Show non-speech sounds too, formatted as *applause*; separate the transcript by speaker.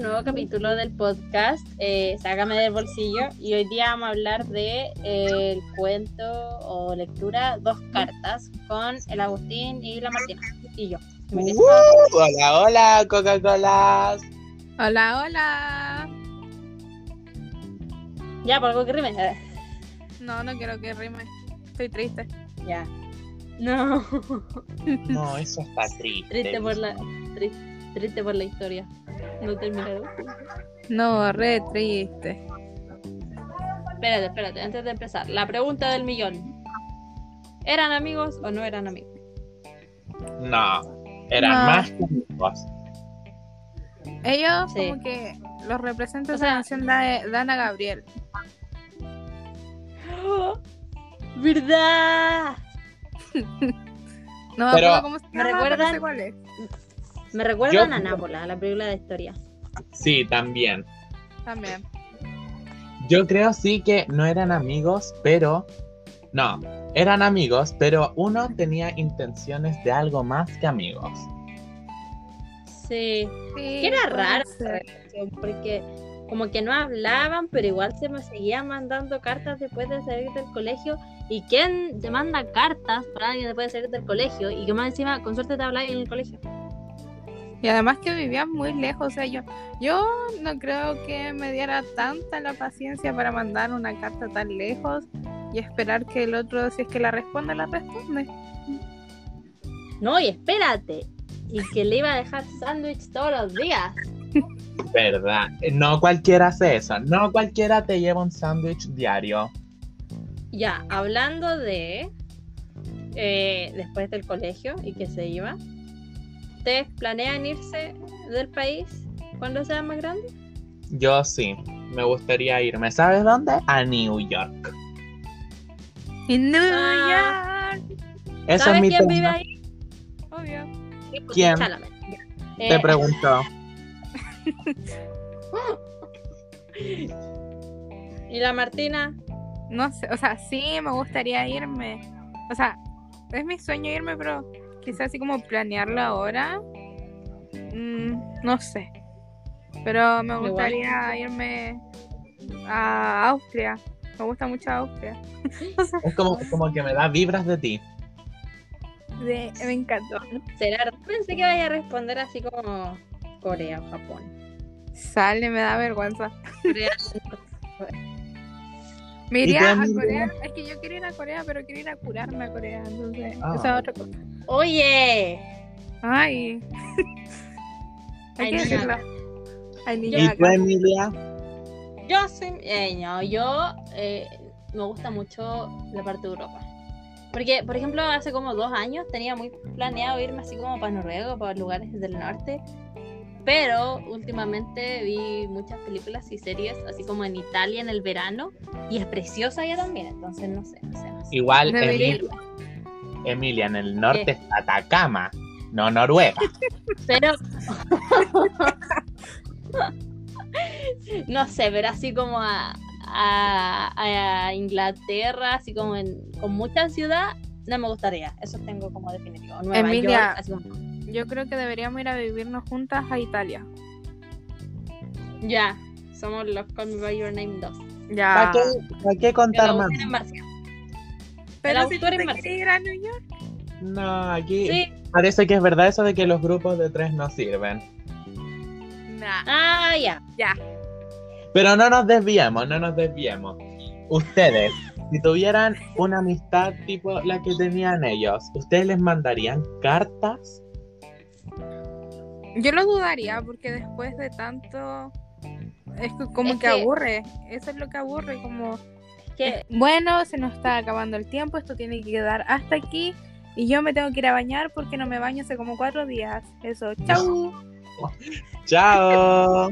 Speaker 1: nuevo capítulo del podcast eh, Sácame del bolsillo y hoy día vamos a hablar de eh, el cuento o lectura Dos cartas con el Agustín y la Martina y yo.
Speaker 2: Uh, hola, hola, Coca-Cola.
Speaker 3: Hola, hola.
Speaker 1: Ya, por algo que rime. eh,
Speaker 3: No, no quiero que rime. Estoy triste.
Speaker 1: Ya. No, *laughs*
Speaker 2: No, eso está triste.
Speaker 1: triste por la tri- triste por la historia. No terminaron.
Speaker 3: No, re triste.
Speaker 1: Espérate, espérate, antes de empezar, la pregunta del millón. ¿Eran amigos o no eran amigos? *gasps*
Speaker 2: No, eran
Speaker 3: No.
Speaker 2: más que amigos.
Speaker 3: Ellos
Speaker 1: Sí.
Speaker 3: como que los representa
Speaker 1: O
Speaker 3: esa
Speaker 1: sea-
Speaker 3: canción de Dana Gabriel.
Speaker 1: ¿Verdad?
Speaker 3: No me
Speaker 2: Pero-
Speaker 3: acuerdo cómo se
Speaker 1: ¿Me
Speaker 3: llama, pero no
Speaker 1: recuerdan?
Speaker 3: sé cuál es.
Speaker 1: Me recuerdan
Speaker 2: Yo-
Speaker 1: a Nápola, la película de historia.
Speaker 2: Sí, también.
Speaker 3: También.
Speaker 2: Yo creo sí que no eran amigos, pero. No, eran amigos, pero uno tenía intenciones de algo más que amigos.
Speaker 1: Sí, que era raro esa relación, porque como que no hablaban, pero igual se me seguían mandando cartas después de salir del colegio. ¿Y quién te manda cartas para alguien después de salir del colegio? Y que más encima, con suerte te habláis en el colegio.
Speaker 3: Y además que vivían muy lejos. O sea, yo, yo no creo que me diera tanta la paciencia para mandar una carta tan lejos y esperar que el otro, si es que la responde, la responde.
Speaker 1: No, y espérate. Y que le iba a dejar sándwich todos los días.
Speaker 2: ¿Verdad? No cualquiera hace eso. No cualquiera te lleva un sándwich diario.
Speaker 1: Ya, hablando de eh, después del colegio y que se iba, ¿ustedes planean irse del país cuando sean más grandes?
Speaker 2: Yo sí, me gustaría irme. ¿Sabes dónde? A New York.
Speaker 3: Y no,
Speaker 1: Ah.
Speaker 3: ya.
Speaker 2: Eso es
Speaker 1: ¿Sabes
Speaker 2: mi
Speaker 1: quién vive
Speaker 2: tema.
Speaker 1: ahí?
Speaker 3: Obvio.
Speaker 1: Pues,
Speaker 2: ¿Quién?
Speaker 1: Chalamet. Ya.
Speaker 2: Te
Speaker 1: Eh,
Speaker 2: pregunto.
Speaker 1: y la Martina,
Speaker 3: No sé, o sea, sí, me gustaría irme. O sea, es mi sueño irme, pero quizás así como planearlo ahora. mm, no sé. Pero me
Speaker 1: Igual.
Speaker 3: gustaría irme a Austria. Me gusta mucho Austria.
Speaker 2: Es como, como que me da vibras de ti.
Speaker 3: De- me encantó.
Speaker 1: será, pensé que vaya a responder así como Corea o Japón.
Speaker 3: Sale, me da vergüenza.
Speaker 1: Corea.
Speaker 3: Me
Speaker 2: ¿Y
Speaker 3: iría
Speaker 2: te
Speaker 3: a
Speaker 2: han ido?
Speaker 3: Corea. Es que yo quiero ir a Corea, pero quiero ir a curarme a Corea. Entonces,
Speaker 2: Ah.
Speaker 3: esa es otra cosa.
Speaker 1: Oye,
Speaker 3: Ay. *laughs*
Speaker 1: Ay,
Speaker 3: Hay que
Speaker 1: niña.
Speaker 3: decirlo. Ay, niña,
Speaker 2: ¿Y
Speaker 3: acá.
Speaker 2: tú, Emilia?
Speaker 1: yo soy. eh, no, yo eh, me gusta mucho la parte de Europa. Porque, por ejemplo, hace como dos años tenía muy planeado irme así como para Noruega, para lugares del norte. Pero últimamente vi muchas películas y series, así como en Italia en el verano. Y es preciosa allá también, entonces no sé, no sé. No sé.
Speaker 2: Igual,
Speaker 3: Debería
Speaker 2: Emilia, Emilia, en el
Speaker 1: Eh.
Speaker 2: norte está Atacama, no Noruega.
Speaker 1: Pero. no sé, pero así como a, a- a Inglaterra, así como en, con mucha ciudad, no me gustaría. Eso tengo como definitivo. Nueva York,
Speaker 3: Emilia.
Speaker 1: así como-
Speaker 3: Yo creo que deberíamos ir a vivirnos juntas a Italia.
Speaker 1: Ya, somos los Call Me By Your Name 2.
Speaker 2: ¿Para qué, para qué
Speaker 1: Ah.
Speaker 2: contar
Speaker 1: Pero
Speaker 2: más?
Speaker 1: tienen marcia.
Speaker 3: Pero
Speaker 1: El
Speaker 3: si tú
Speaker 1: autor es
Speaker 3: te
Speaker 1: Marcelo.
Speaker 3: quieres ir a New York.
Speaker 2: No, aquí
Speaker 1: Sí.
Speaker 2: parece que es verdad eso de que los grupos de tres no sirven.
Speaker 3: Nah.
Speaker 1: Ah, ya.
Speaker 3: Ya.
Speaker 2: Pero no nos desviemos, no nos desviemos. Ustedes, *laughs* si tuvieran una amistad tipo la que tenían ellos, ¿ustedes les mandarían cartas?
Speaker 3: Yo lo dudaría porque después de tanto. Es que como
Speaker 1: Es
Speaker 3: que,
Speaker 1: que-
Speaker 3: aburre. Eso es lo que aburre. Como.
Speaker 1: Que,
Speaker 3: Bueno, se nos está acabando el tiempo. Esto tiene que quedar hasta aquí. Y yo me tengo que ir a bañar porque no me baño hace como cuatro días. Eso. Chau.
Speaker 2: ¡Chao!